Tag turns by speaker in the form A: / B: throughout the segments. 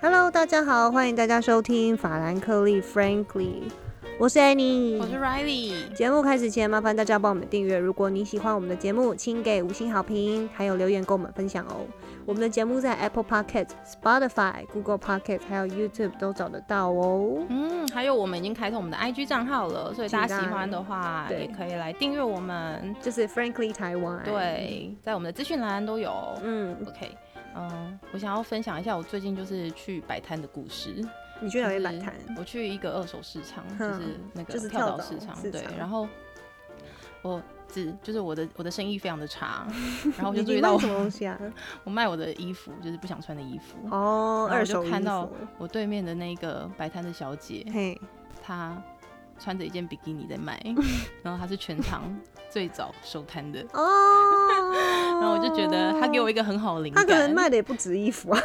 A: Hello，大家好，欢迎大家收听法兰克利 Frankly，我是 Annie，
B: 我是 Riley，
A: 节目开始前，麻烦大家帮我们订阅。如果你喜欢我们的节目，请给五星好评，还有留言跟我们分享哦。我们的节目在 Apple Podcast、Spotify、Google Podcast 还有 YouTube 都找得到哦。
B: 嗯，还有我们已经开通我们的 IG 账号了，所以大家喜欢的话
A: 对
B: 也可以来订阅我们。
A: 就是 Frankly 台湾。，
B: 对，在我们的资讯栏都有。
A: 嗯，
B: OK，嗯，我想要分享一下我最近就是去摆摊的故事。
A: 你去哪里摆摊？
B: 我去一个二手市场，就
A: 哼
B: 是那个
A: 就是
B: 跳
A: 跳
B: 蚤
A: 蚤
B: 市场，
A: 市
B: 对
A: 场。
B: 然后我只就是我的我的生意非常 的差，然后我
A: 你
B: 就注
A: 你
B: 意到
A: 卖
B: 我
A: 什么东西啊？
B: 我卖我的衣服，就是不想穿的衣服。
A: 哦，
B: 然后
A: 二
B: 我就
A: 手衣
B: 看到
A: 服。
B: 我对面的那个摆摊的小姐，
A: 嘿，
B: 她穿着一件比基尼在 卖，然后她是全场最早收摊的，
A: 哦，
B: 然后我就觉得她给我一个很好的灵
A: 他
B: 感。
A: 可能卖的也不止衣服啊，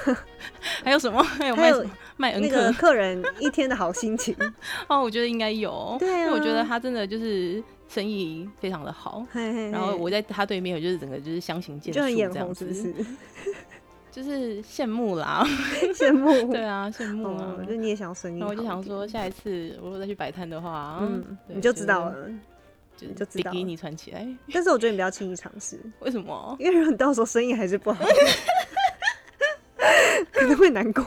B: 还有什么？ 还有
A: 还
B: 卖
A: 有
B: 什么卖恩
A: 那
B: 客
A: 个客人一天的好心情。
B: 哦，我觉得应该有，
A: 对啊
B: 因为我觉得她真的就是生意非常的好。
A: 嘿嘿嘿
B: 然后我在她对面，我就是整个就是相形见绌
A: 就很眼
B: 这样
A: 红，是
B: 子，
A: 不是？
B: 就是羡慕啦，
A: 羡 慕。
B: 对啊，羡慕啊
A: 哦，。就你也想要生意好
B: 然后
A: 一
B: 我
A: 点。
B: 就想说，下一次我如果再去摆摊的话，
A: 嗯，
B: 对
A: 你就知道，了。
B: 是
A: 你就知道了
B: 比基尼穿起来，
A: 但是我觉得你不要轻易尝试，
B: 为什么？
A: 因为如果你到时候生意还是不好，可能会难 过。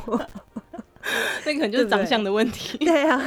B: 那可能就
A: 对
B: 是
A: 不对
B: 长相的问题。
A: 对啊，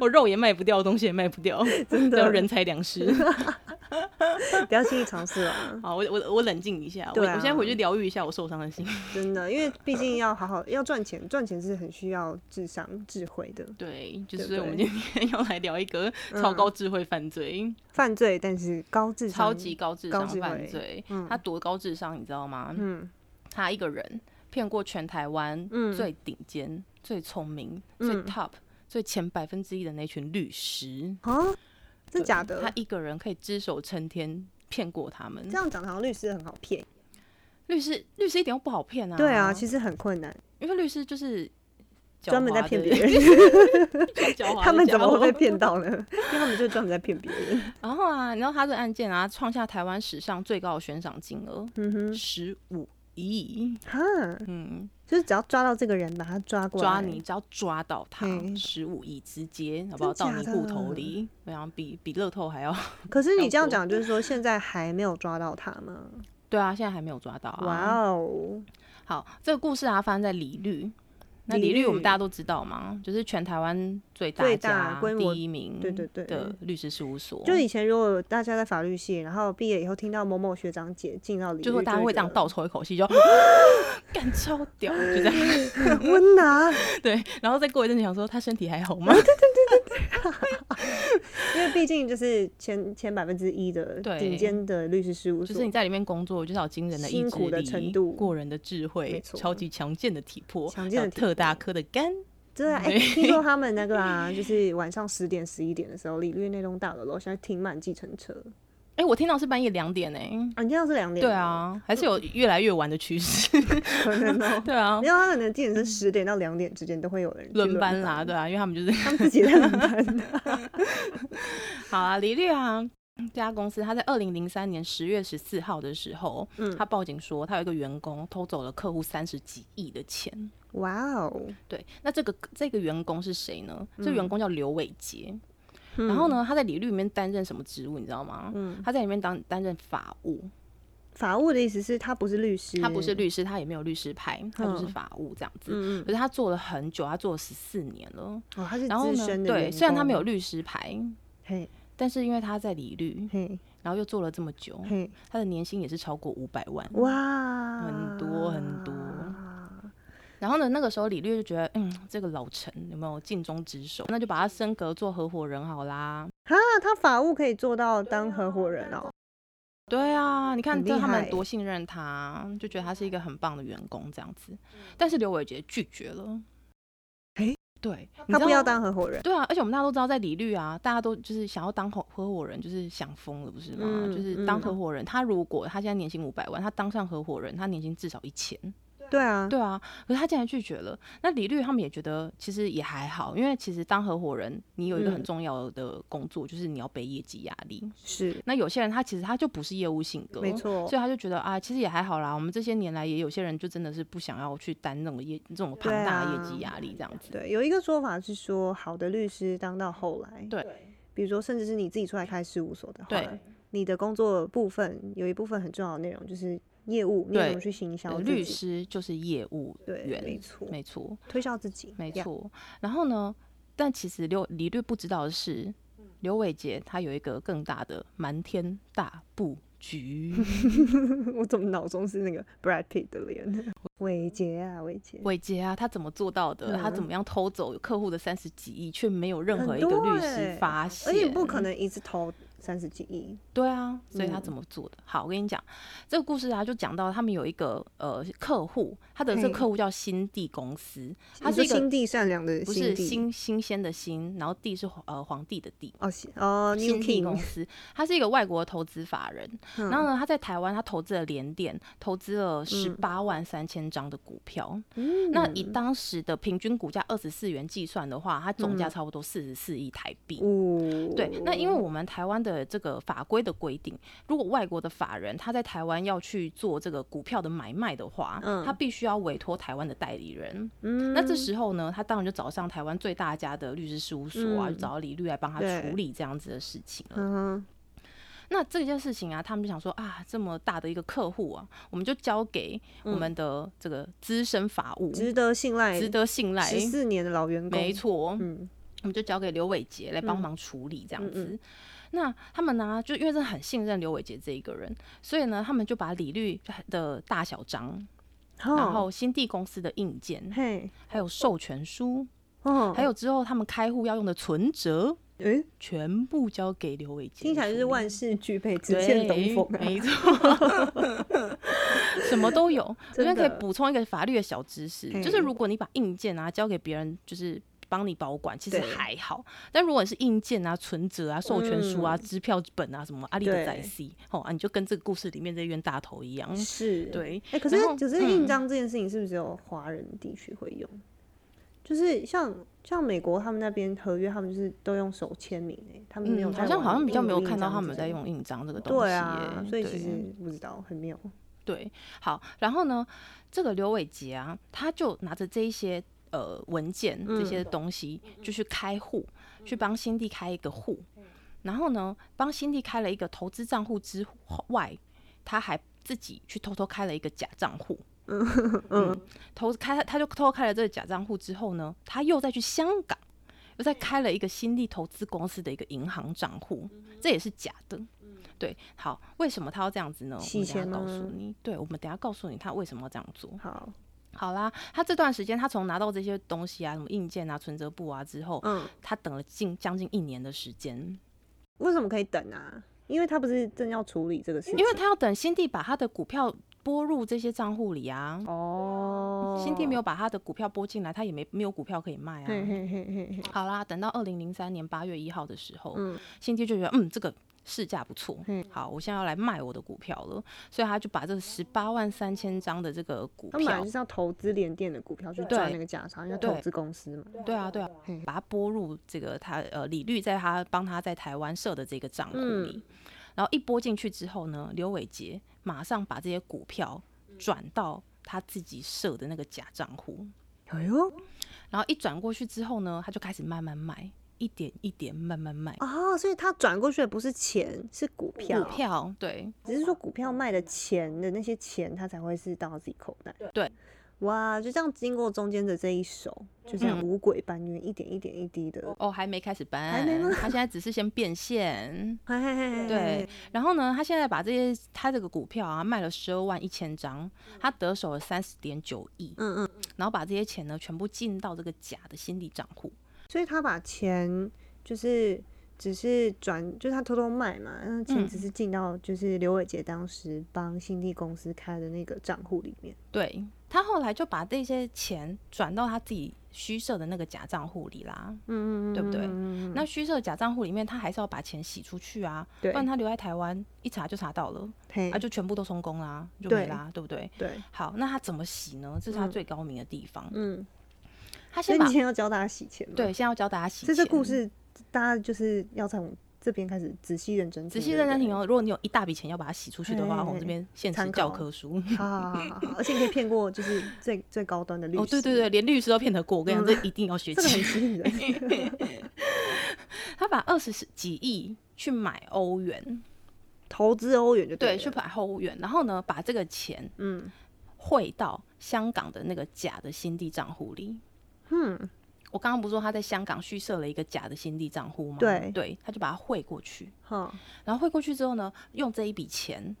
B: 我肉也卖不掉，东西也卖 不掉，
A: 真
B: 叫
A: 的，
B: 人财两失。
A: 不要轻易尝试啊，
B: 好，我我我冷静一下，我
A: 对啊
B: 我现在回去疗愈一下我受伤的心。
A: 真的，因为毕竟要好好要赚钱，赚钱是很需要智商、智慧的
B: 对，就
A: 对
B: 是
A: 不
B: 我们
A: 对
B: 今天要来聊一个超高智慧犯罪，
A: 犯罪，但是高智商，
B: 超级高智商
A: 高智慧
B: 犯罪。
A: 嗯
B: 他多高智商，你知道吗？
A: 嗯
B: 他一个人骗过全台湾
A: 嗯
B: 最顶尖、最聪明、
A: 嗯
B: 最 top、最前百分之一的那群律师，
A: 啊，真
B: 对
A: 假的
B: 他？一个人可以只手撑天。骗过他们
A: 这，样讲好像律师很好骗，
B: 律师律师一点都不好骗啊！
A: 对啊，其实很困难，
B: 因为律师就是狡
A: 专门在
B: 猾
A: 骗
B: 的
A: 别，人，
B: 狡猾的
A: 他们
B: 家
A: 怎么会被
B: 伙
A: 骗到呢？因为他们就专门在骗别人。
B: 然后啊，然后他的案件啊，创下台湾史上最高的悬赏金额
A: 嗯哼，
B: 十五亿。
A: 哈，
B: 嗯，
A: 就是只要抓到这个人，把他抓过来，
B: 抓你，只要抓到他
A: 嗯，
B: 十五亿直接，好不好？
A: 真
B: 到
A: 假
B: 你
A: 的
B: 户头里，然后比比乐透还要。
A: 可是你这样
B: 要过
A: 讲，就是说现在还没有抓到他吗？
B: 对啊，现在还没有抓到啊。
A: 哇哦，
B: 好，这个故事啊，发生在李律。那
A: 李
B: 李律
A: 律
B: 我们大家都知道嘛，就是全台湾最大
A: 最大
B: 家
A: 规模
B: 第一名，
A: 对对对
B: 的律师事务所，
A: 就以前如果大家在法律系，然后毕业以后听到某某学长姐进到里面，
B: 就说大家会这样倒抽一 口气，就干超屌，就这样。
A: 温拿，
B: 对，然后再过一阵子想说他身体还好吗？
A: 因为毕竟就是前前百分之一的
B: 对
A: 顶尖的律师事务
B: 就是
A: 所
B: 你。在里面工作，就是要有惊人的意
A: 辛
B: 志
A: 苦的
B: 力
A: 程度
B: 过人的智
A: 没
B: 慧，
A: 错
B: 超级强健的体魄，
A: 强健的
B: 还有
A: 体魄
B: 特大颗的肝。
A: 真的，哎、
B: 对
A: 听说他们那个啊，就是晚上十点、十一点的时候，里律那栋大楼楼下停满计程车。
B: 哎、我听到是半夜两点呢、欸
A: 啊，你这样是两点？
B: 对，啊，还是有越来越晚的趋势。
A: 可能哦、
B: 对啊
A: 没，有，他可能点是十点到两点之间都会有人去
B: 轮班啦，，对啊，因为他们就是
A: 他们自己在轮班的。
B: 好啊，李律啊。这家公司，他在二零零三年十月十四号的时候，
A: 嗯
B: 他报警说他有一个员工偷走了客户三十几亿的钱。
A: 哇哦！
B: 对，那这个这个员工是谁呢？
A: 嗯
B: 这员工叫刘伟杰。
A: 然
B: 然后？呢，他在理律里面担任什么职务，你知道吗？
A: 嗯
B: 他在里面当担任法务，
A: 法务的意思是他不是律师，
B: 他不是律师，他也没有律师牌，他就是法务这样子。
A: 嗯嗯，嗯
B: 可是他做了很久，他做了十四年了。
A: 嗯，哦，他是
B: 然后
A: 资
B: 呢，
A: 深的员工，
B: 对，虽然他没有律师牌，
A: 嘿，
B: 但是因为他在理律，
A: 嘿
B: 然后又做了这么久，
A: 嘿，
B: 他的年薪也是超过五百万。
A: 哇，
B: 哦很多很多然后呢，那个时候李律就觉得，嗯，这个老陈有没有尽忠职守？那就把他升格做合伙人好啦。
A: 那他法务可以做到当合伙人哦，
B: 对啊，你看
A: 很
B: 这
A: 厉
B: 他
A: 害欸
B: 们多信任他，就觉得他是一个很棒的员工这样子。
A: 嗯
B: 但是刘伟杰拒绝了。
A: 诶
B: 对，你
A: 哎他
B: 知
A: 不要
B: 道。
A: 当合伙人，
B: 对啊，而且我们大家都知道，在理律啊，大家都就是想要当合合伙人，就是想疯了，不是吗？
A: 嗯
B: 就是当
A: 嗯
B: 合伙人，他如果他现在年薪五百万，他当上合伙人，他年薪至少一千。
A: 对对啊，
B: 对啊，可是他竟然拒绝了。那李律他们也觉得其实也还好，因为其实当合伙人，你有一个很
A: 嗯
B: 重要的工作，就是你要背业绩压力。
A: 是
B: 那有些人他其实他就不是业务性格，
A: 没错
B: 所以他就觉得啊，其实也还好啦。我们这些年来，也有些人就真的是不想要去担那种业这种庞大的业绩压力这样子。
A: 啊对。有一个说法是说，好的律师当到后来，
B: 对，
A: 比如说甚至是你自己出来开事务所的话
B: 对，
A: 你的工作部分有一部分很重要的内容就是业务，你
B: 对
A: 怎么去行销
B: 呃
A: 啊自己
B: 律师就是业务
A: 对，
B: 员，
A: 没错，
B: 没错，
A: 推销自己，
B: 没
A: Yeah，
B: 错。然后呢，但其实刘李律不知道的是，刘伟杰他有一个更大的瞒天大布 局。
A: 我怎么脑中是那个 Brad Pitt 的脸？伟杰啊，伟杰，
B: 伟杰啊，他怎么做到的？
A: 嗯
B: 他怎么样偷走客户的三十几亿，却没有任
A: 很
B: 何一个
A: 多
B: 律
A: 欸
B: 师发现？
A: 而且不可能一次投三十几亿，
B: 对啊，所以他
A: 嗯
B: 怎么做的？好，我跟你讲，这个故事啊，就讲到他们有一个呃客户，他的这
A: 嘿
B: 个客户叫新地公司，他
A: 你
B: 是
A: 说
B: 一个
A: 心地善良的
B: 不是
A: 地
B: 新新鲜的新，然后地是皇呃皇帝的地。
A: 哦新哦 New
B: 新地公
A: King，
B: 司， 他是一个外国投资法人，
A: 嗯
B: 然后呢，他在台湾他投资了联电，投资了十八万三千张的股票，
A: 嗯
B: 嗯那以当时的平均股价二十四元计算的话，它总价
A: 嗯
B: 差不多四十四亿台币。
A: 哦，
B: 对，那因为我们台湾的这个法规的规定，如果外国的法人他在台湾要去做这个股票的买卖的话，
A: 嗯
B: 他必须要委托台湾的代理人。
A: 嗯
B: 那这时候呢，他当然就找上台湾最大家的律师事务所啊，
A: 嗯
B: 就找到李律来帮他
A: 对
B: 处理这样子的事情了。
A: 嗯
B: 那这件事情啊，他们就想说啊，这么大的一个客户啊，我们就交给
A: 嗯
B: 我们的这个资深法
A: 哼，，
B: 务
A: 值得信赖，
B: 值得信赖，
A: 十四年的老员工，
B: 没，错，
A: 嗯
B: 我们就交给刘伟杰来帮忙处理这样子。那他们呢，就因为真的很信任刘伟杰这一个人，所以呢，他们就把李律的大小章，然
A: 哦
B: 后新地公司的硬件，
A: 嘿，
B: 还有授权书，
A: 哦，
B: 还有之后他们开户要用的存折，
A: 诶，
B: 全部交给刘伟杰。
A: 听起来就是万事俱备，只欠东风
B: 对
A: 啊，
B: 没错， 什么都有。我
A: 真
B: 觉
A: 的嗯
B: 得可以补充一个法律的小知识，
A: 嘿
B: 就是如果你把硬件啊交给别人，就是。帮你保管其实
A: 对
B: 还好，但如果你是硬件啊、存折啊、授权书啊、
A: 嗯
B: 支票本啊什么阿里的
A: 对
B: 在 C 哦啊，你就跟这个故事里面这冤大头一样。
A: 是，。
B: 对，
A: 哎、可是
B: 然后嗯
A: 可是印章这件事情是不是只有华人地区会用？就是像像美国他们那边合约，他们就是都用手签名哎、他们没有
B: 嗯，
A: 在
B: 好
A: 玩、
B: 像好像比较没有
A: 印章
B: 看到他
A: 这
B: 们在
A: 种。
B: 用印章这个东西耶。
A: 对啊，所以其
B: 对
A: 实不知道，很妙。
B: 对，好，然后呢，这个刘伟杰啊，他就拿着这一些呃文件这些东西，就去开户，去帮新地开一个户，然后呢，帮新地开了一个投资账户之外，他还自己去偷偷开了一个假账户。嗯，投开他就偷偷开了这个假账户之后呢，他又再去香港，又再开了一个新地投资公司的一个银行账户，这也是假的。对，好，为什么他要这样子呢？我
A: 洗
B: 们等一下
A: 钱
B: 告
A: 吗
B: 诉你。对，我们等一下告诉你他为什么要这样做。
A: 好，
B: 好啦，他这段时间他从拿到这些东西啊，什么硬件啊、存折簿啊之后，
A: 嗯，
B: 他等了近将近一年的时间，
A: 为什么可以等啊？因为他不是正要处理这个事情，
B: 因为他要等新地把他的股票拨入这些账户里啊。
A: 哦，
B: 新地没有把他的股票拨进来，他也没没有股票可以卖
A: 嘿
B: 啊。
A: 嘿嘿嘿嘿，
B: 好啦，等到二零零三年八月一号的时候，
A: 嗯
B: 新地就觉得嗯这个市价不错
A: 嗯，
B: 好，我现在要来卖我的股票了，所以他就把这十八万三千张的这个股
A: 他本来
B: 票
A: 就，是要投资联电的股票去赚
B: 对
A: 那个价差，因为投
B: 对
A: 资公司嘛，
B: 对啊对啊，把它拨入这个他呃李律在他帮他在台湾设的这个账户里，
A: 嗯
B: 然后一拨进去之后呢，刘伟杰马上把这些股票转到他自己设的那个假账户，
A: 哎呦，
B: 然后一转过去之后呢，他就开始慢慢卖，一点一点慢慢卖
A: 哦，所以他转过去的不是钱，是股票，
B: 股票，对
A: 只是说股票卖的钱的那些钱，它才会是到自己口袋。
B: 对，
A: 哇，就这样经过中间的这一手，就这样
B: 嗯
A: 五鬼搬运，一点一点一滴的，
B: 哦，还没开始搬
A: 还没吗，
B: 他现在只是先变现。
A: 嘿嘿嘿嘿
B: 对，，然后呢，他现在把这些他这个股票啊卖了十二万一千张，他得手了三十点九亿，
A: 嗯嗯，
B: 然后把这些钱呢全部进到这个假的心理账户。
A: 所以他把钱就是只是转，就是他偷偷卖嘛，那钱
B: 嗯
A: 只是进到就是刘伟杰当时帮新地公司开的那个账户里面。
B: 对他后来就把这些钱转到他自己虚设的那个假账户里啦。
A: 嗯嗯嗯，
B: 对不对
A: 嗯嗯嗯
B: 那虚设的假账户里面，他还是要把钱洗出去啊，不
A: 对
B: 然他留在台湾一查就查到了，
A: 嘿
B: 啊，就全部都充公啦，就没
A: 对
B: 啦，对不对？
A: 对，
B: 好，那他怎么洗呢？这是他最高明的地方。
A: 嗯，
B: 他
A: 所以你
B: 先把
A: 今天要教大家洗钱吗？
B: 对，，现在要教大家洗
A: 这
B: 钱。
A: 是故事，大家就是要从这边开始仔细认真听，
B: 仔细认真听
A: 哦。
B: 哦。如果你有一大笔钱要把它洗出去的话，
A: 嘿
B: 我们这边现实
A: 哎参
B: 教
A: 考
B: 科书。
A: 好好好好好，而且你可以骗过就是最最高端的律师。
B: 哦，对对对，，连律师都骗得过，我跟你讲，这一定要学
A: 嗯这个很
B: 起。
A: 吸引人。
B: 他把二十几亿去买欧元，
A: 投资欧元就
B: 对，去
A: 是
B: 买欧元，然后呢，把这个钱
A: 嗯
B: 汇到香港的那个假的新地账户里。
A: 嗯，
B: 我刚刚不是说他在香港虚设了一个假的新地账户吗？
A: 对
B: 对，他就把它汇过去，
A: 好
B: 然后汇过去之后呢，用这一笔钱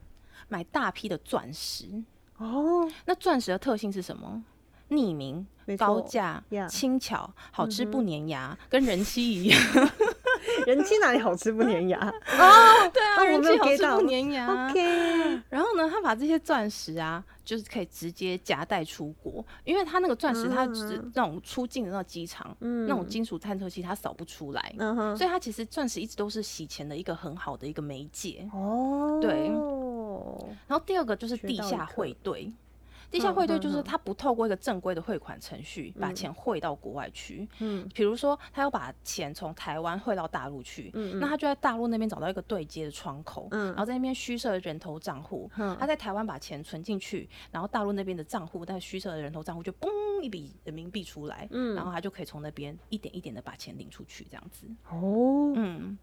B: 买大批的钻石。
A: 哦，
B: 那钻石的特性是什么？匿名、
A: 没错
B: 高价、
A: 呀
B: 轻巧、好吃不粘牙，跟人妻一样。
A: 人妻哪里好吃不粘牙
B: 对 啊，
A: 哦我
B: 人
A: 没有
B: 妻好
A: get 到
B: 吃不粘牙。
A: ？OK，
B: 然后呢，他把这些钻石啊，就是可以直接夹带出国，因为他那个钻石，它只是那种出境的那种机场，
A: 嗯
B: 那种金属探测器，它扫不出来，
A: 嗯哼，
B: 所以它其实钻石一直都是洗钱的一个很好的一个媒介。
A: 哦，
B: 对然后第二个就是
A: 学
B: 地
A: 到一
B: 下
A: 课
B: 汇兑。地下汇兑
A: 嗯
B: 就是
A: 嗯
B: 他不透过一个正规的汇款程序把钱汇到国外去，
A: 嗯，
B: 比如说他要把钱从台湾汇到大陆去，那他就在大陆那边找到一个对接的窗口，
A: 嗯
B: 然后在那边虚设人头账户，
A: 嗯
B: 他在台湾把钱存进去，然后大陆那边的账户，但虚设的人头账户就嘣一笔人民币出来，
A: 嗯
B: 然后他就可以从那边一点一点的把钱领出去，这样子，
A: 哦，
B: 嗯，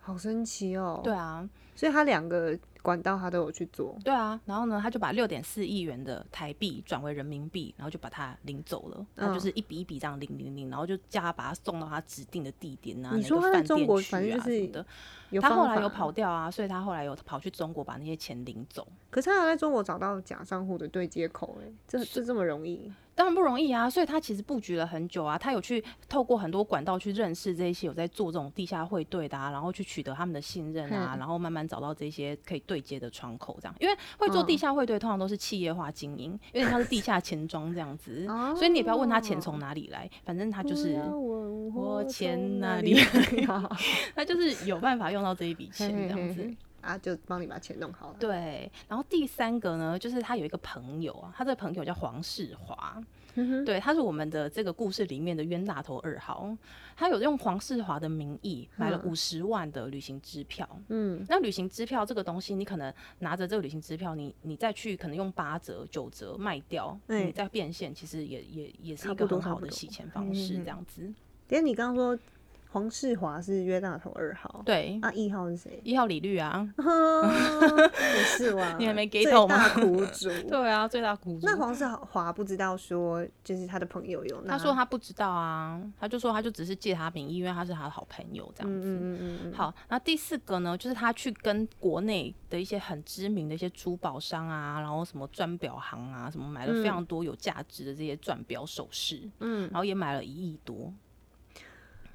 A: 好神奇哦。
B: 对，啊，
A: 所以他两个管道他都有去做。
B: 对啊，然后呢，他就把六点四亿元的台币转为人民币，然后就把它领走
A: 嗯
B: 了。他就是一笔一笔这样领领领，然后就叫他把它送到他指定的地点啊，
A: 你
B: 哪
A: 说
B: 个
A: 他在
B: 饭
A: 中
B: 店
A: 国
B: 去
A: 反正
B: 啊
A: 就
B: 什
A: 是
B: 么的。
A: 有
B: 他后
A: 方
B: 来有
A: 法
B: 跑掉啊，所以他后来有跑去中国把那些钱领走，
A: 可是他有在中国找到假账户的对接口、欸，哎，这这这么容易？
B: 当然不容易啊。所以他其实布局了很久啊，他有去透过很多管道去认识这些有在做这种地下汇兑的啊，然后去取得他们的信任啊，
A: 嗯
B: 然后慢慢找到这些可以对接的窗口，这样。因为会做
A: 嗯
B: 地下汇兑，通常都是企业化经营，有点像是地下钱庄这样子。
A: 哦啊
B: 所以你也不要问他钱从哪里来，反正他就
A: 不
B: 是
A: 要问
B: 我
A: 从
B: 钱
A: 哪
B: 哪
A: 里
B: 里
A: 来
B: 他就是有办法用到这一笔 钱这样
A: 嘿嘿
B: 子
A: 嘿。啊，就帮你把钱弄好了。
B: 对，然后第三个呢，就是他有一个朋友啊，他这个朋友叫黄世华，
A: 嗯哼
B: 对，他是我们的这个故事里面的冤大头二号，他有用黄世华的名义买了五十万的旅行支票。
A: 嗯，
B: 那旅行支票这个东西，你可能拿着这个旅行支票，你你再去可能用八折、九折卖掉，
A: 哎
B: 你再变现，其实也也也是
A: 差
B: 一
A: 不
B: 个
A: 多
B: 很
A: 差
B: 好
A: 不
B: 的
A: 多嗯
B: 洗钱方式，这样子。
A: 等一下你刚刚说黄世华是约大头二号，
B: 对，
A: 啊，一号是 谁？
B: 一号李律啊，
A: 也是哇，
B: 你还没 get
A: 最
B: 到
A: 大
B: 吗
A: 苦主。
B: 对啊，最大苦主。
A: 那黄世华不知道说，就是他的朋友有拿嗯
B: 他说他不知道啊，他就说他就只是借他名义，因为他是他的好朋友这样
A: 嗯
B: 子。
A: 嗯嗯嗯，
B: 好，那第四个呢，就是他去跟国内的一些很知名的一些珠宝商啊，然后什么钻表行啊，什么买了
A: 嗯
B: 非常多有价值的这些钻表首饰，嗯，然后也买了一亿多，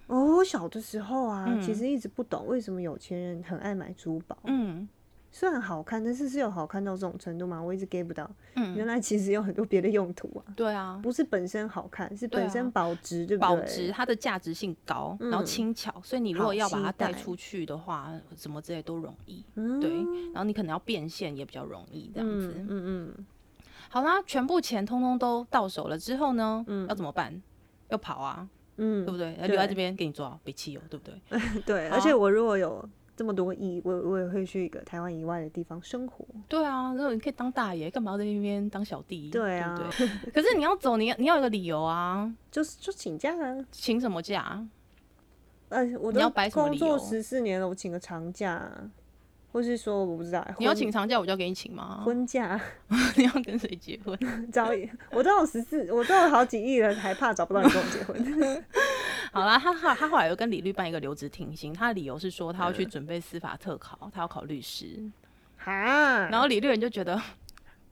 A: 哦，我小的时候啊，其实一直不懂为什么有钱人很爱买珠 宝，
B: 嗯，
A: 虽然好看，但是是有好看到这种程度吗？我一直 get 不到。
B: 嗯
A: 原来其实有很多别的用途啊，
B: 对啊，
A: 不是本身好看，是
B: 对
A: 本
B: 啊
A: 身保值，对不对？嗯
B: 保值，它的价值性高，然后轻巧，所以你如
A: 好
B: 果要把
A: 期
B: 它带
A: 待
B: 出去的话，什么之类都容易，
A: 嗯，
B: 对，然后你可能要变现也比较容易这样子，
A: 嗯嗯嗯，
B: 好啦，全部钱通通都到手了之后呢，要怎么办？要跑啊，
A: 嗯
B: 对不对？留在
A: 对
B: 这边给你抓，别气哦，对不对？
A: 对，而且我如果有这么多亿，我我也会去一个台湾以外的地方生活。
B: 对啊，那你可以当大爷，干嘛要在那边当小弟？
A: 对啊
B: 不对 可是你要走，你要你要有个理由啊，
A: 就是就请假啊！
B: 请什么假？
A: 呃，我
B: 你
A: 都
B: 要摆什么
A: 工
B: 理
A: 作
B: 由
A: 十四年了，我请个长假啊，或是说我不知道
B: 你要
A: 婚
B: 请长假，我就要给你请吗？
A: 婚假，
B: 你要跟谁结婚？
A: 早已我都有十四，我都有好几亿了，还怕找不到你跟我结婚？
B: 好啦，他他他后来又跟李律办一个留职停薪，他的理由是说他要
A: 嗯
B: 去准备司法特考，他要考律师。
A: 哈，
B: 然后李律人就觉得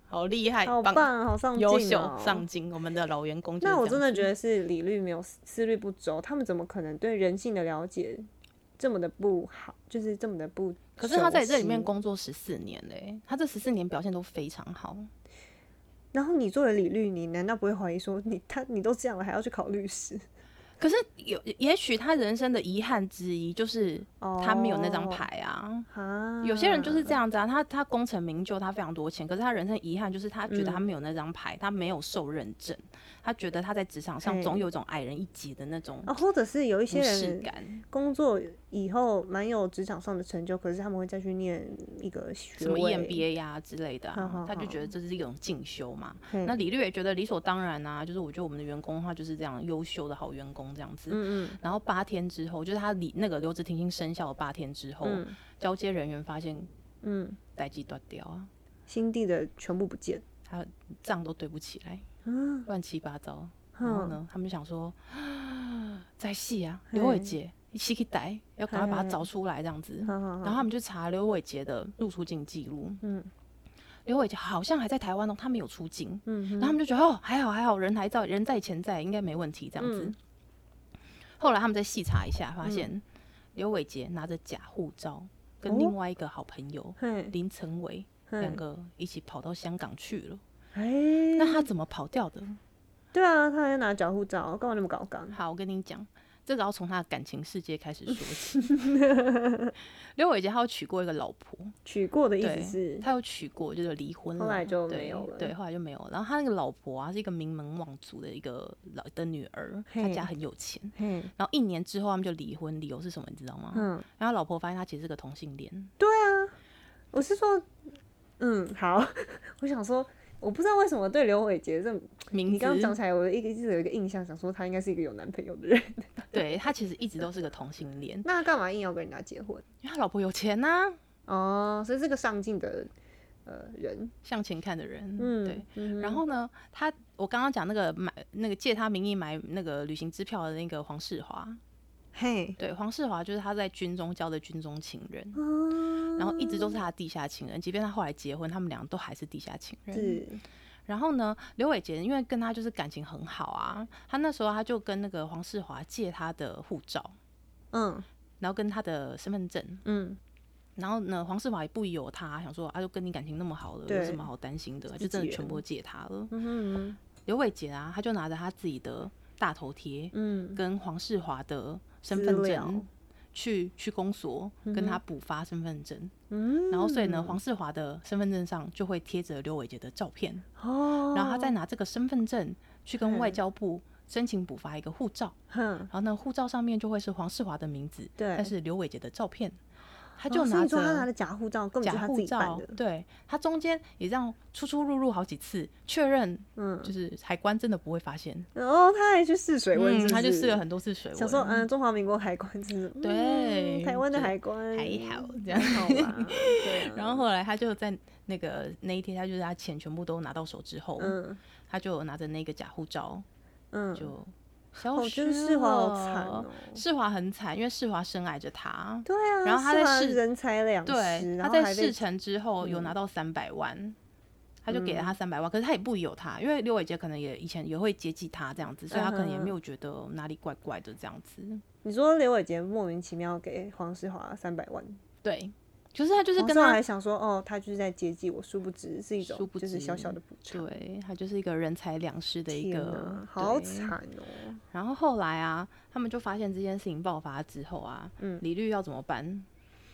B: 好厉害，
A: 好棒，好上进、哦，
B: 优秀上进，我们的老员工就是这样
A: 那
B: 子。
A: 我真的觉得是理律没有思虑不周，他们怎么可能对人性的了解这么的不好，就是这么的不熟悉？
B: 可是他在这里面工作十四年嘞、他这十四年表现都非常好。
A: 然后你作为李律，你难道不会怀疑说你他你都这样了，还要去考律师？
B: 可是有，也许他人生的遗憾之一就是
A: 哦
B: 他没有那张牌啊。
A: 啊，
B: 有些人就是这样子啊，他他功成名就，他非常多钱，可是他人生遗憾就是他觉得
A: 嗯
B: 他没有那张牌，他没有受认证，他觉得他在职场
A: 嘿
B: 上总有一种矮人一截的那种
A: 啊，或者是有一些
B: 不适
A: 人
B: 感，
A: 工作以后蛮有职场上的成就，可是他们会再去念一个学
B: 什么 E
A: 位。
B: EMBA 呀、之类的、
A: 好
B: 啊
A: 欸好，
B: 他就
A: 好
B: 觉得这是一种进修嘛。
A: 嘿
B: 那李律也觉得理所当然啊，就是我觉得我们的员工的话就是这样优秀的好员工这样子。
A: 嗯嗯
B: 然后八天之后，就是他离那个留职停薪生效的八天之后，
A: 嗯
B: 交接人员发现
A: 嗯，
B: 代际断掉啊，
A: 心地的全部不见。
B: 账都对不起来，
A: 嗯，
B: 乱七八糟。然后
A: 哼
B: 呢，他们想说，在戏啊，
A: 嘿
B: 刘伟杰一起去逮，要赶快把
A: 嘿
B: 他找出来这样子。
A: 好好
B: 然后
A: 好，
B: 他们就查刘伟杰的入出境记录，
A: 嗯
B: 刘伟杰好像还在台湾哦，他没有出境。
A: 嗯哼，
B: 然后他们就觉得哦，还好还好，人还在，人在钱在，应该没问题这样子。
A: 嗯
B: 后来他们再细查一下，发现刘伟杰拿着假护照，
A: 哦
B: 跟另外一个好朋友、
A: 嘿，
B: 林成伟
A: 嘿
B: 两个一起跑到香港去了。
A: 嗯哎，
B: 那他怎么跑掉的？
A: 对啊，他还拿假护照，干嘛那么搞刚？
B: 好，我跟你讲，这个要从他的感情世界开始说起。 刘伟杰他有娶过一个老婆，
A: 取过的意
B: 对
A: 思是，
B: 他有娶过，就是离婚了，
A: 后来就
B: 对
A: 没有了
B: 对，后来就没有了。然后他那个老婆啊，是一个名门望族的一个老的女儿，他
A: 嘿
B: 家很有钱。
A: 嘿，
B: 然后一年之后他们就离婚，理由是什么你知道吗？
A: 嗯，
B: 然后老婆发现他其实是个同性 恋，
A: 我是说，嗯，好， 我想说，我不知道为什么对刘伟杰这么，
B: 名字
A: 你刚刚讲起来，我一个一直有一个印象，想说他应该是一个有男朋友的人，
B: 对他其实一直都是个同性恋，
A: 那他干嘛硬要跟人家结婚？
B: 因为他老婆有钱呐、
A: 哦，所以是个上进的呃人，
B: 向前看的人，
A: 嗯，
B: 对。
A: 嗯哼，
B: 然后呢，他我刚刚讲那个买那个借他名义买那个旅行支票的那个黄世华，
A: 嘿，
B: 对，黄世华就是他在军中交的军中情人，
A: 哦，
B: 然后一直都是他的地下情人，即便他后来结婚，他们俩都还是地下情人。
A: 是，
B: 然后呢，刘伟杰因为跟他就是感情很好啊，他那时候他就跟那个黄世华借他的护照，
A: 嗯
B: 然后跟他的身份证，
A: 嗯，
B: 然后呢，黄世华也不疑有他，想说啊，就跟你感情那么好了，有
A: 对
B: 什么好担心的？
A: 自己
B: 就真的
A: 人
B: 全部都借他了。
A: 嗯哼
B: 刘伟杰啊，他就拿着他自己的大头贴
A: 嗯，
B: 跟黄世华的身
A: 资
B: 份
A: 料
B: 证去去公所跟他补发身份证，
A: 嗯，
B: 然后所以呢，黄世华的身份证上就会贴着刘伟杰的照片，
A: 哦，嗯
B: 然后他再拿这个身份证去跟
A: 嘿
B: 外交部申请补发一个护照，
A: 哼，
B: 然后呢，护照上面就会是黄世华的名字，
A: 对哦
B: 但是刘伟杰的照片，
A: 他
B: 他就拿
A: 说他拿
B: 着
A: 的假护照，根本就是
B: 假
A: 他自
B: 护
A: 己办
B: 照
A: 的，，
B: 对他中间也这样出出入入好几次，确认
A: 嗯，
B: 就是海关真的不会发现，
A: 然后他还去试水温，
B: 嗯，他就试了
A: 很
B: 很多次水温，
A: 想说，嗯，中华民国海关真是，嗯
B: 对
A: 台湾的
B: 就
A: 海关
B: 还好这样
A: 还。好吧， 对啊
B: 然后后来他就在那个那一天，他就是他钱全部都拿到手之后，
A: 嗯
B: 他就拿着那个假护照
A: 嗯，
B: 就消
A: 哦，
B: 失
A: 真
B: 了。
A: 是华好惨哦，
B: 世华很惨，因为世华深爱着他。
A: 对啊，
B: 然后他
A: 是
B: 在
A: 啊
B: 试
A: 人财两失，
B: 对，
A: 然
B: 他
A: 后还被嗯
B: 在事成之后有拿到三百万，他就给了他三百万，可是他也不疑有他，因为刘伟杰可能也以前也会接济他这样子，所以他可能也
A: 嗯哼
B: 没有觉得哪里怪怪的这样子。
A: 你说刘伟杰莫名其妙给黄世华三百万，
B: 对，就是他就是
A: 黄
B: 跟
A: 世华
B: 他
A: 还想说哦，他就是在接济我，殊不知是一种
B: 殊不
A: 就是小
B: 知
A: 小的补偿。
B: 对他就是一个人财两失的一
A: 天
B: 个
A: 哪，好
B: 对
A: 惨哦！
B: 然后后来啊，他们就发现这件事情爆发之后啊，
A: 嗯
B: 李律要怎么办，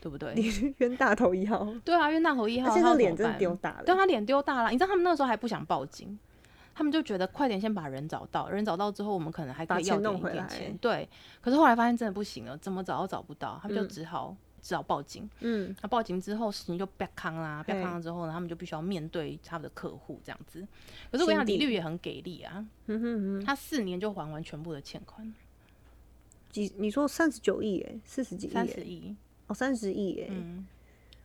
B: 对不对？
A: 你是冤大头一号，
B: 对啊，因为那侯一
A: 而
B: 号
A: 且
B: 他
A: 这
B: 要
A: 脸
B: 怎
A: 真
B: 么
A: 的
B: 办
A: 丢，大
B: 对啊
A: 了。
B: 他脸丢大了。你知道他们那时候还不想报警，他们就觉得快点先把人找到，人找到之后，我们可能还
A: 把
B: 可以
A: 钱
B: 要
A: 弄
B: 点一
A: 回
B: 点
A: 来
B: 钱。对，可是后来发现真的不行了，怎么找都找不到，他们就
A: 嗯
B: 只好、只好报警。
A: 嗯
B: 那报警之后，事情就被康啦，
A: 嘿
B: 被康了之后呢，他们就必须要面对他们的客户这样子。可是我跟你讲，
A: 心
B: 李
A: 底
B: 律也很给力啊，
A: 嗯哼嗯哼，
B: 他四年就还完全部的欠款，
A: 几你说三十九亿哎，四十几亿
B: 三
A: 哎，
B: 十亿。
A: 哦三十亿哎，
B: 嗯，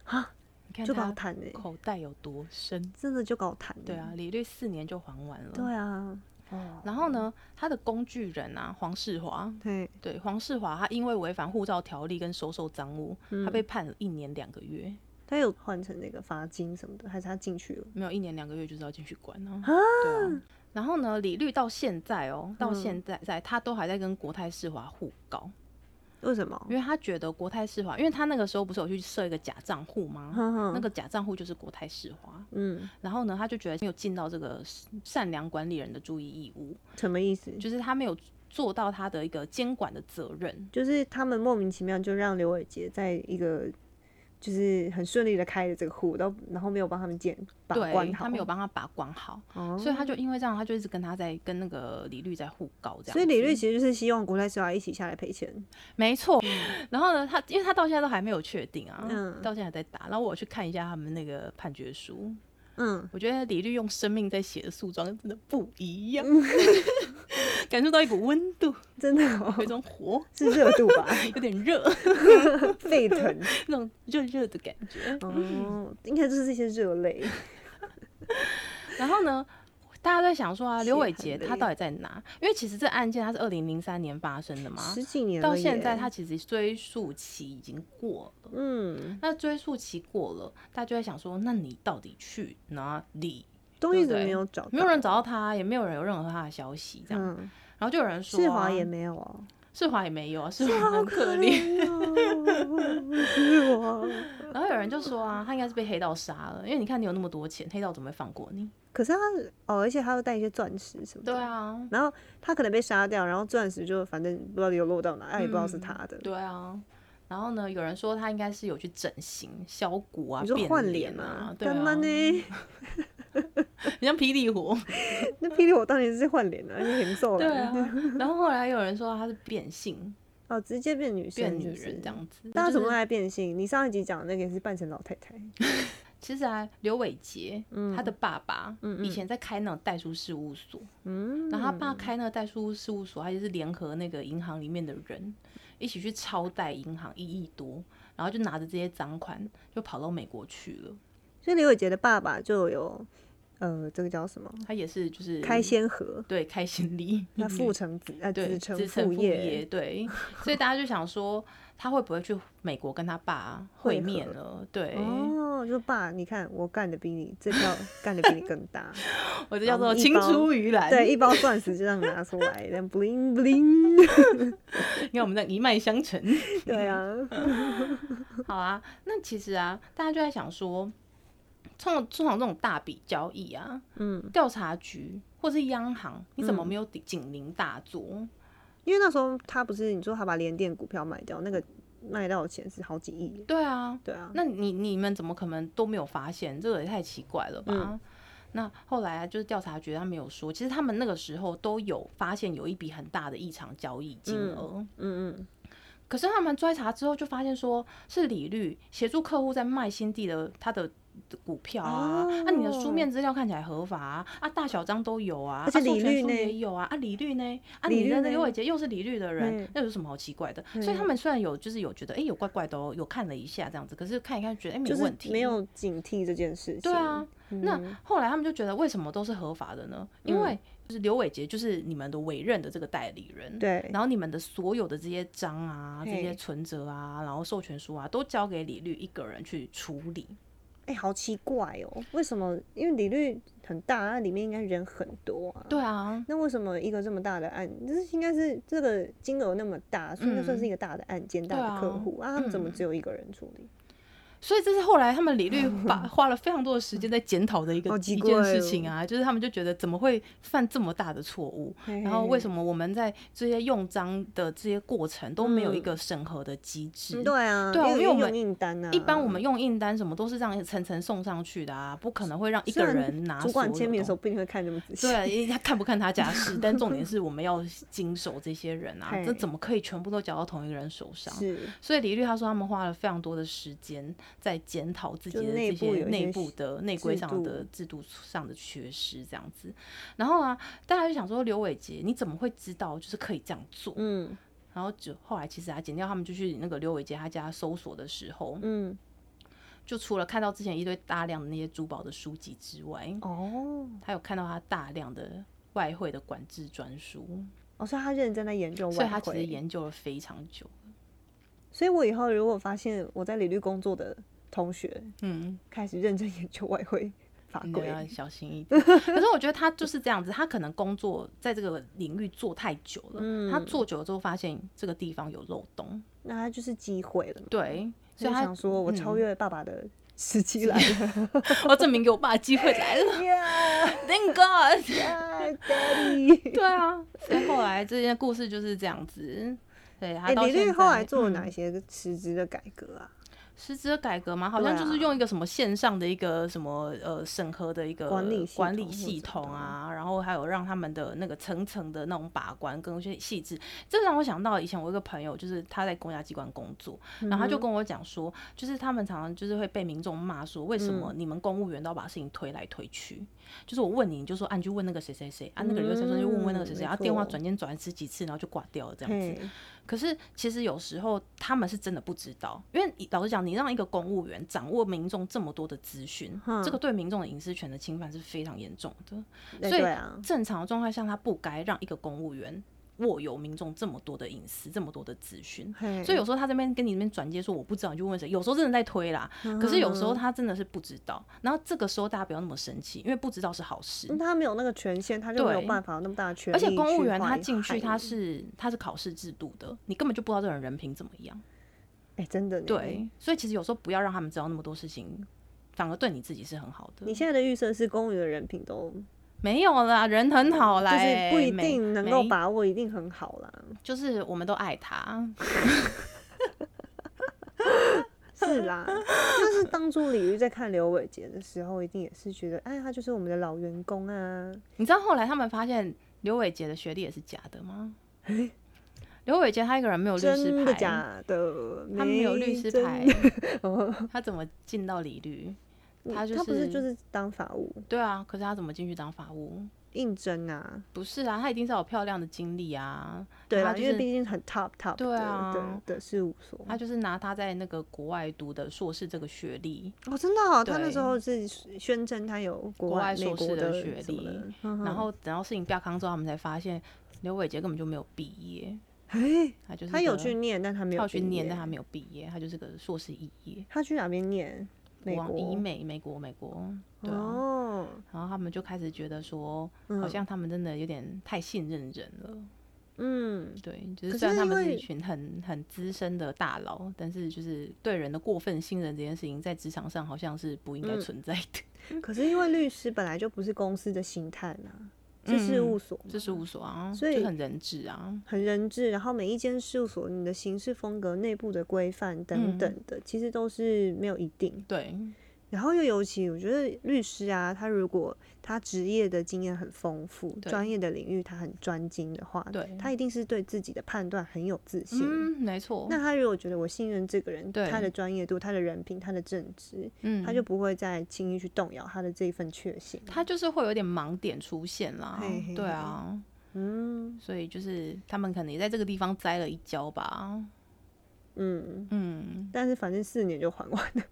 A: 哈，
B: 你看
A: 就搞
B: 他
A: 谈哎，
B: 口袋有多深？
A: 真的就搞谈。
B: 对，啊，李律四年就还完了。
A: 嗯对啊，哦，
B: 然后呢，他的工具人啊，黄世华，
A: 对，
B: 对黄世华，他因为违反护照条例跟收受赃物，他被判了一年两个月，
A: 他有换成那个罚金什么的，还是他进去了？
B: 没有一年两个月就是要进去关啊。对啊。然后呢，李律到现在哦，到现在在、他都还在跟国泰世华互告，
A: 为什么？
B: 因为他觉得国泰世华，因为他那个时候不是有去设一个假账户吗？
A: 哼哼
B: 那个假账户就是国泰世华，
A: 嗯，
B: 然后呢，他就觉得没有尽到这个善良管理人的注意义务，
A: 什么意思？
B: 就是他没有做到他的一个监管的责任。
A: 就是他们莫名其妙就让刘伟杰在一个就是很顺利的开了这个户，然后然后没有帮他们建把关
B: 对，
A: 好，
B: 他没有帮他把关好，
A: 哦
B: 所以他就因为这样，他就一直跟他在跟那个李律在互告这样。
A: 所以李律其实就是希望国泰世华一起下来赔钱，
B: 没错，然后呢，他因为他到现在都还没有确定啊，
A: 嗯
B: 到现在还在打。然后我有去看一下他们那个判决书，
A: 嗯，
B: 我觉得李律用生命在写的诉状真的不一样，
A: 嗯
B: 感受到一股温度，
A: 真的、哦、
B: 有一种火，
A: 是热度 吧，
B: 有点热，
A: 沸腾，
B: 那种热热的感觉。
A: 哦，应该就是这些热泪，
B: 然后呢，大家都在想说啊，
A: 血
B: 刘伟
A: 汗
B: 杰
A: 泪
B: 他到底在哪？因为其实这案件他是二零零三年发生的嘛，
A: 十几年了
B: 嗯啊到现
A: 耶
B: 在他其实追溯期已经过了。
A: 嗯，
B: 那追溯期过了，大家就在想说，那你到底去哪里？
A: 都一直
B: 对不对
A: 没有找到，
B: 没有人找到他，也没有人有任何他的消息，这样。
A: 嗯，
B: 然后就有人说、啊，
A: 世华也没有哦，
B: 世华也 没有啊，世华 很可怜。
A: 哦，世华，
B: 然后有人就说啊，他应该是被黑道杀了，因为你看你有那么多钱，黑道怎么会放过你？
A: 可是他哦，而且他又带一些钻石什么的，
B: 对啊，
A: 然后他可能被杀掉，然后钻石就反正不知道流落到哪，哎，也不知道是他的。
B: 嗯对啊。然后呢，有人说他应该是有去整形、削骨啊，
A: 你说
B: 变
A: 换
B: 脸
A: 啊
B: 啊？，对
A: 干
B: 啊
A: 嘛，呢？
B: 你像霹雳火。
A: 那霹雳火当年是换脸啊，你很瘦
B: 对
A: 了，
B: 啊。然后后来有人说他是变性、
A: 哦，直接变女
B: 变
A: 生，
B: 女
A: 是
B: 人
A: 不
B: 这
A: 是。
B: 样子。
A: 大家怎
B: 就是
A: 么爱变性？你上一集讲的那个也是扮成老太太，
B: 其实啊，刘伟杰，他的爸爸，以前在开那种代书事务所，
A: 嗯，
B: 然后他爸开那个代书事务所，他就是联合那个银行里面的人一起去超贷银行一亿多，然后就拿着这些赃款就跑到美国去了。
A: 所以李伟杰的爸爸就有，呃，这个叫什么？
B: 他也是就是
A: 开先河，
B: 对开心力，
A: 那父承子，呃，
B: 嗯对
A: 子
B: 子
A: 承
B: 承
A: 父
B: 父
A: 业，
B: 业，对， 所以大家就想说他会不会去美国跟他爸会
A: 会合
B: 面了？对，
A: 哦，就爸，你看我干的比你这 票干的比你更大，
B: 我这叫做
A: 嗯一
B: 青
A: 包
B: 出于蓝，
A: 对，一包钻石就这样拿出来， 然后 bling bling，
B: 你看我们这样一脉相承。
A: 对啊，
B: 好啊，那其实啊，大家就在想说，通常通常这种大笔交易啊，
A: 嗯，
B: 调查局或是央行，你怎么没有顶警铃大作？
A: 嗯因为那时候他不是你说他把联电股票卖掉，那个卖到的钱是好几亿耶，
B: 对啊，
A: 对啊，
B: 那你你们怎么可能都没有发现？这个也太奇怪了吧？
A: 嗯
B: 那后来啊，就是调查局他们有说，其实他们那个时候都有发现有一笔很大的异常交易金额，
A: 嗯嗯，
B: 可是他们追查之后就发现说，是李律协助客户在卖新地的他的股票啊，那、
A: 哦
B: 你的书面资料看起来合法啊，啊大小张都有啊，
A: 而且
B: 啊授
A: 李
B: 权
A: 律
B: 书
A: 呢
B: 也有啊，啊李律呢，啊
A: 李
B: 你
A: 律
B: 的
A: 呢
B: 刘伟杰又是李律的人
A: 嗯，
B: 那有什么好奇怪的？所以他们虽然有就是有觉得哎、诶有怪怪的哦，有看了一下这样子，可是看一看觉得哎、诶没
A: 就是
B: 问题，
A: 没有嗯警惕这件事情，
B: 对啊，，那后来他们就觉得为什么都是合法的呢？因
A: 嗯
B: 为就是刘伟杰就是你们的委任的这个代理人，
A: 对
B: 然后你们的所有的这些章啊、
A: 嘿
B: 这些存折啊、然后授权书啊，都交给李律一个人去处理。
A: 哎、好奇怪哦，为什么？因为李律很大，那里面应该人很多啊，
B: 对啊，
A: 那为什么一个这么大的案，就是应该是这个金额那么大，所以那
B: 嗯
A: 算是一个大的案件、大的客户啊？他们怎么
B: 嗯
A: 只有一个人处理？
B: 所以这是后来他们李律 把花了非常多的时间在检讨的一个
A: 好奇
B: 一
A: 怪
B: 件
A: 哦
B: 事情啊，就是他们就觉得怎么会犯这么大的错误？然后为什么我们在这些用章的这些过程都没有一个审核的机制？
A: 嗯对啊，
B: 对啊因为我
A: 用
B: 们
A: 印单啊，
B: 一般我们用印单什么都是这样层层送上去的啊，不可能会让一
A: 虽
B: 个
A: 然
B: 人拿
A: 主
B: 所
A: 管
B: 有
A: 签名的时
B: 东
A: 候不一定会看这么仔细，
B: 对啊，因为他看不看他家事，但重点是我们要经手这些人啊，这
A: 嘿
B: 怎么可以全部都交到同一个人手上？
A: 是
B: 所以李律他说，他们花了非常多的时间在检讨自己
A: 就
B: 的
A: 内
B: 这
A: 部
B: 些
A: 有一
B: 内
A: 些
B: 部
A: 制
B: 的内规上的
A: 度
B: 制度上的缺失，这样子。然后啊，大家就想说，刘伟杰你怎么会知道就是可以这样做？
A: 嗯
B: 然后就后来其实啊，剪掉他们就去那个刘伟杰他家搜索的时候，
A: 嗯
B: 就除了看到之前一堆大量的那些珠宝的书籍之外，
A: 哦
B: 他有看到他大量的外汇的管制专书，
A: 哦，所以他认真在研究
B: 所
A: 外
B: 以他其实
A: 汇，
B: 研究了非常久。
A: 所以我以后如果发现我在李律工作的同学
B: 嗯，
A: 开始认真研究外汇，法
B: 你
A: 规。
B: 嗯要小心 一点。可是我觉得他就是这样子，他可能工作在这个领域做太久了，
A: 嗯
B: 他做久了之后发现这个地方有漏洞，
A: 那他就是机会了嘛，
B: 对，所
A: 所
B: 以
A: 以
B: 他嗯
A: 想说我超越爸爸的时期来了。
B: 我要哦证明给我爸的机会 来了
A: Yeah,
B: ，Thank God。
A: yeah, daddy。
B: 对啊，所以后来这件故事就是这样子。对，他
A: 哎，
B: 到
A: 李
B: 现
A: 律
B: 在
A: 后来做了
B: 嗯
A: 哪些实质的改革啊？
B: 实质的改革嘛，好
A: 对
B: 像
A: 啊
B: 就是用一个什么线上的一个什么呃审核的一个
A: 管理系统
B: 管理系统啊，然后还有让他们的那个层层的那种把关更些细致。这让我想到以前我一个朋友，就是他在公家机关工作，
A: 嗯
B: 然后他就跟我讲说，就是他们常常就是会被民众骂说，为什
A: 嗯
B: 么你们公务员都要把事情推来推去？就是我问你，你就说啊，你去问那个谁谁谁啊，那个人又谁谁就问问那个谁谁，
A: 嗯
B: 然后电话
A: 没错
B: 转接转十几次，然后就挂掉了这样子。
A: 嘿，
B: 可是其实有时候他们是真的不知道，因为你老实讲，你让一个公务员掌握民众这么多的资讯，
A: 嗯
B: 这个对民众的隐私权的侵犯是非常严重的。
A: 哎
B: 所以
A: 对啊，
B: 正常的状态下，他不该让一个公务员握有民众这么多的隐私、这么多的资讯。
A: 嘿
B: 所以有时候他这边跟你那边转接说我不知道，你就问谁。有时候真的在推啦，
A: 嗯
B: 可是有时候他真的是不知道。然后这个时候大家不要那么生气，因为不知道是好事。
A: 他嗯没有那个权限，他就没有
B: 对
A: 办法有那么大的权力
B: 而
A: 去坏
B: 且
A: 你。
B: 公务员他进去他是他是考试制度的，你根本就不知道这个人人品怎么样。
A: 哎，真的呢。
B: 对，所以其实有时候不要让他们知道那么多事情，反而对你自己是很好的
A: 你。现在的预设是公务员的人品都
B: 没有啦，人很好
A: 就
B: 啦、
A: 是不一
B: 没
A: 定能够，
B: 没
A: 把握，一定很好 啦。
B: 就是我们都爱他。
A: 是啦，但是当初李玉在看刘伟杰的时候，一定也是觉得，哎，他就是我们的老员工啊。
B: 你知道后来他们发现刘伟杰的学历也是假的吗？刘伟杰他一个人没有律师
A: 真的
B: 牌，
A: 假的？
B: 他没有律师
A: 真，
B: 牌 他怎么进到理律？
A: 嗯
B: 他就
A: 他不是
B: 是
A: 就是当法务
B: 对啊，可是他怎么进去当法务？
A: 应征啊？
B: 不是啊，他一定是有漂亮的经历啊，
A: 对
B: 他
A: 啦，
B: 就
A: 因为
B: 是
A: 毕竟很 top top 的
B: 对啊
A: 的的事务所。
B: 他就是拿他在那个国外读的硕士这个学历，
A: 哦，真的、哦，他那
B: 对
A: 时候是宣称他有国
B: 国
A: 外
B: 外
A: 美
B: 硕
A: 国
B: 士的
A: 的
B: 学
A: 什么
B: 历
A: 的嗯哼
B: 然后等到事情曝光之后，他们才发现刘伟杰根本就没有毕业，
A: 哎，
B: 他就是
A: 他有
B: 个
A: 去念，但他没
B: 他
A: 有
B: 有去
A: 毕
B: 念，
A: 业
B: 但他没有毕业，他就是个硕士肄业，
A: 他去哪边念？美
B: 往
A: 国
B: 以美美国美国，对啊、
A: 哦，
B: 然后他们就开始觉得说，好
A: 嗯
B: 像他们真的有点太信任人了，
A: 嗯，
B: 对，就
A: 可
B: 是虽然
A: 是
B: 他
A: 因
B: 们是
A: 为
B: 一群很很资深的大佬，但是就是对人的过分信任这件事情，在职场上好像是不应该
A: 嗯
B: 存在的，
A: 可是因为律师本来就不是公司的形态嘛，是事务所嘛，
B: 这嗯事务所啊，
A: 所以
B: 就很人质啊，
A: 很人质，然后每一间事务所你的行事风格、内部的规范等
B: 嗯
A: 等的，其实都是没有一定。
B: 对，
A: 然后又尤其，我觉得律师啊，他如果他职业的经验很丰富，
B: 对
A: 专业的领域他很专精的话，
B: 对
A: 啊他一定是对自己的判断很有自信。
B: 嗯，没错，
A: 那他如果觉得我信任这个人，
B: 对
A: 他的专业度、他的人品、他的正直，
B: 嗯，
A: 他就不会再轻易去动摇他的这一份确信。
B: 他就是会有点盲点出现啦，
A: 嘿嘿
B: 对啊，
A: 嗯
B: 所以就是他们可能也在这个地方栽了一跤吧。
A: 嗯，
B: 嗯，
A: 但是反正四年就还完了。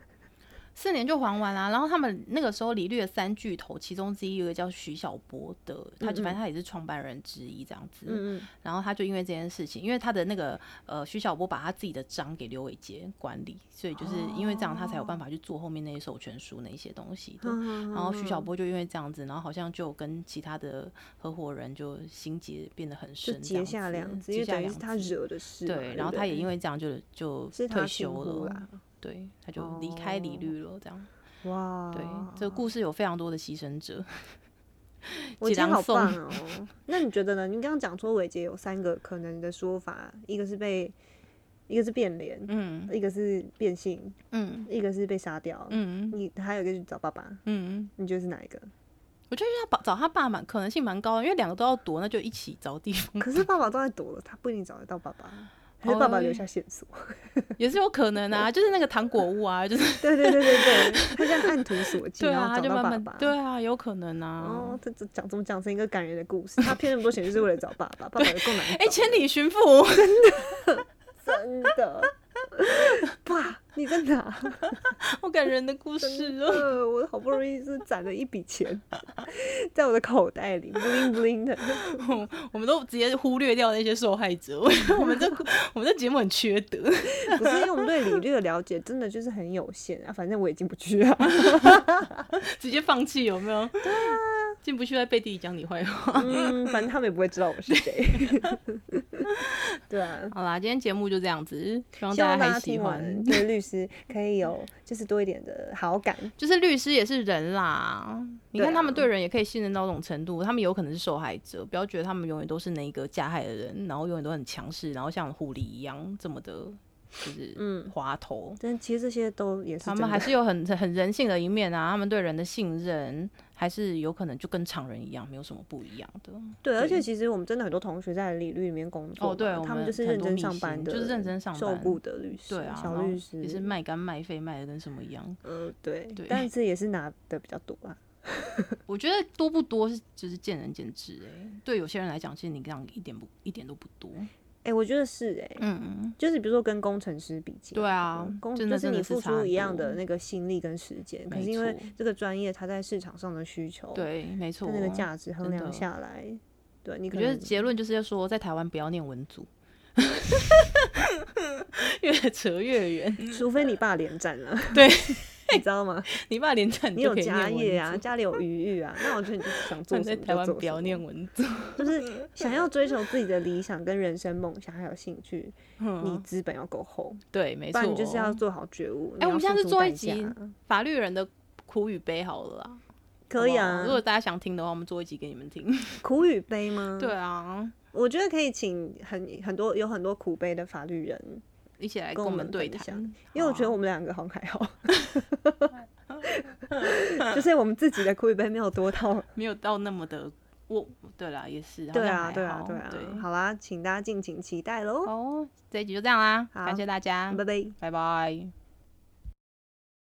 B: 四年就还完啦、然后他们那个时候李律的三巨头，其中之一有一个叫徐小波的，他
A: 嗯
B: 就
A: 嗯
B: 反正他也是创办人之一这样子。
A: 嗯 嗯，
B: 然后他就因为这件事情，因为他的那个呃徐小波把他自己的章给刘伟杰管理，所以就是因为这样他才有办法去做后面那些授权书那一些东西
A: 嗯
B: 的。嗯然后徐小波就因为这样子，然后好像就跟其他的合伙人就心结变得很
A: 就
B: 深，
A: 结下梁
B: 梁
A: 子，因
B: 结
A: 为
B: 下
A: 等于
B: 梁
A: 是他
B: 子。
A: 惹的事嘛。
B: 对，然后
A: 不
B: 他也因为这样就就
A: 对是他
B: 退
A: 轻
B: 休
A: 忽
B: 了，
A: 啦。哦
B: 对，他就离开李律了，这样。
A: 哇，
B: 对，这个故事有非常多的牺牲者。
A: 哦我
B: 几
A: 觉得
B: 张
A: 好
B: 送
A: 棒哦。那你觉得呢？你刚刚讲说伟杰有三个可能的说法，一个是被，一个是变脸，
B: 嗯
A: 一个是变性，
B: 嗯
A: 一个是被杀掉。
B: 嗯
A: 你还有一个就是找爸爸，
B: 嗯，
A: 你觉得是哪一个？
B: 我觉得他爸找他爸蛮可能性蛮高的，因为两个都要躲，那就一起找地方，
A: 可是爸爸都在躲了，他不一定找得到爸爸，
B: 哦
A: 还是爸爸留下线 索？
B: 也是有可能啊。就是那个糖果屋啊，就是
A: 对对对对对，他这样按图索骥，
B: 对
A: 然
B: 啊，
A: 后
B: 他
A: 找
B: 就
A: 到
B: 慢
A: 爸
B: 慢
A: 爸。
B: 对啊，有可能啊。
A: 哦，这这讲怎么讲成一个感人的故事？他骗那么多钱 就是为了找爸爸，爸爸有够难
B: 哎，
A: 找，
B: 千里寻父。
A: 真的。 爸，你在哪？
B: 好感人的故事哦。
A: 呃，我好不容易是攒了一笔钱，在我的口袋里 bling bling 的。
B: 我们都直接忽略掉那些受害者，我们这我们这节目很缺德。
A: 不是因为我们对李律的了解真的就是很有限啊，反正我也进不去啊。
B: 直接放弃有没有？对啊，进不去在背地里讲你坏话。
A: 嗯，反正他们也不会知道我是谁。 对啊，
B: 好啦，今天节目就这样子，希望
A: 希
B: 大
A: 望大
B: 家还
A: 家
B: 喜
A: 听
B: 欢
A: 完。对律师可以有就是多一点的好感。
B: 就是律师也是人啦，你
A: 对啊
B: 看他们对人也可以信任到这种程度，他们有可能是受害者，不要觉得他们永远都是那一个加害的人，然后永远都很强势，然后像狐狸一样这么的，就是
A: 嗯
B: 滑头。
A: 但其实这些都也是
B: 他
A: 真的
B: 们还是有很很人性的一面啊，他们对人的信任还是有可能就跟常人一样，没有什么不一样的。
A: 对，而
B: 对
A: 且其实我们真的很多同学在理律里面工作嘛，
B: 哦对我
A: 他
B: 们
A: 就是
B: 很
A: 认
B: 多
A: 真
B: 秘
A: 上班
B: 辛
A: 的，
B: 就是认真上
A: 受
B: 班
A: 雇的律师，
B: 对啊，然
A: 小
B: 后
A: 律师
B: 也是卖肝卖肺卖的跟什么一样。
A: 呃，对
B: 对，
A: 但是也是拿的比较多啊啦。
B: 我觉得多不多是就是见仁见智哎、对有些人来讲，其实你这样一点不一点都不多。
A: 哎、我觉得是哎、
B: 嗯嗯，
A: 就是比如说跟工程师比较，
B: 对啊
A: 嗯，工
B: 真
A: 就
B: 的
A: 是
B: 真
A: 你
B: 的是
A: 付
B: 差很
A: 出
B: 多
A: 一样的那个心力跟时间，可
B: 没
A: 是因为
B: 错
A: 这个专业它在市场上的需求，，
B: 对，没错
A: 它。那个价值衡
B: 真
A: 量
B: 的
A: 下来，对你
B: 我
A: 可
B: 觉得
A: 能
B: 结论就是要说，在台湾不要念文组， 越扯越远。
A: 除非你爸连战了，
B: 对，
A: 你知道 吗？
B: 你爸连战
A: 你
B: 就
A: 有
B: 可以念
A: 家
B: 文
A: 业啊，
B: 组
A: 家里有余裕啊，那我觉得你就想做
B: 但
A: 什
B: 在
A: 么
B: 台
A: 就
B: 湾
A: 做
B: 不
A: 什
B: 要
A: 么
B: 念文组，
A: 就是想要追求自己的理想跟人生梦想还有兴趣，你
B: 嗯，
A: 资本要够厚，
B: 对，没
A: 不
B: 错，
A: 然你就是要做好觉悟。
B: 哎
A: 你要
B: 我们下次
A: 付出
B: 做一
A: 代价
B: 集法律人的苦与悲好了啦，
A: 可以
B: 好不好
A: 啊嗯
B: 如，果大家想听的话，我们做一集给你们听。
A: 苦与悲吗？
B: 对，啊，
A: 我觉得可以请很很多有很多苦悲的法律人，
B: 一起来
A: 跟
B: 跟
A: 我
B: 我
A: 们
B: 们对
A: 分
B: 谈
A: 享，因为我觉得
B: 好啊
A: 我们两个好像还 好，就是我们自己的苦与悲没有多到。
B: 啊没有到那么的，我对啦，也是，好
A: 对
B: 像
A: 啊，
B: 还
A: 对啊，
B: 好
A: 对啊
B: 对。，
A: 好啦，请大家敬请期待喽，
B: 哦好，这一集就这样啦，
A: 好
B: 感谢大家，
A: 拜拜。
B: 拜拜。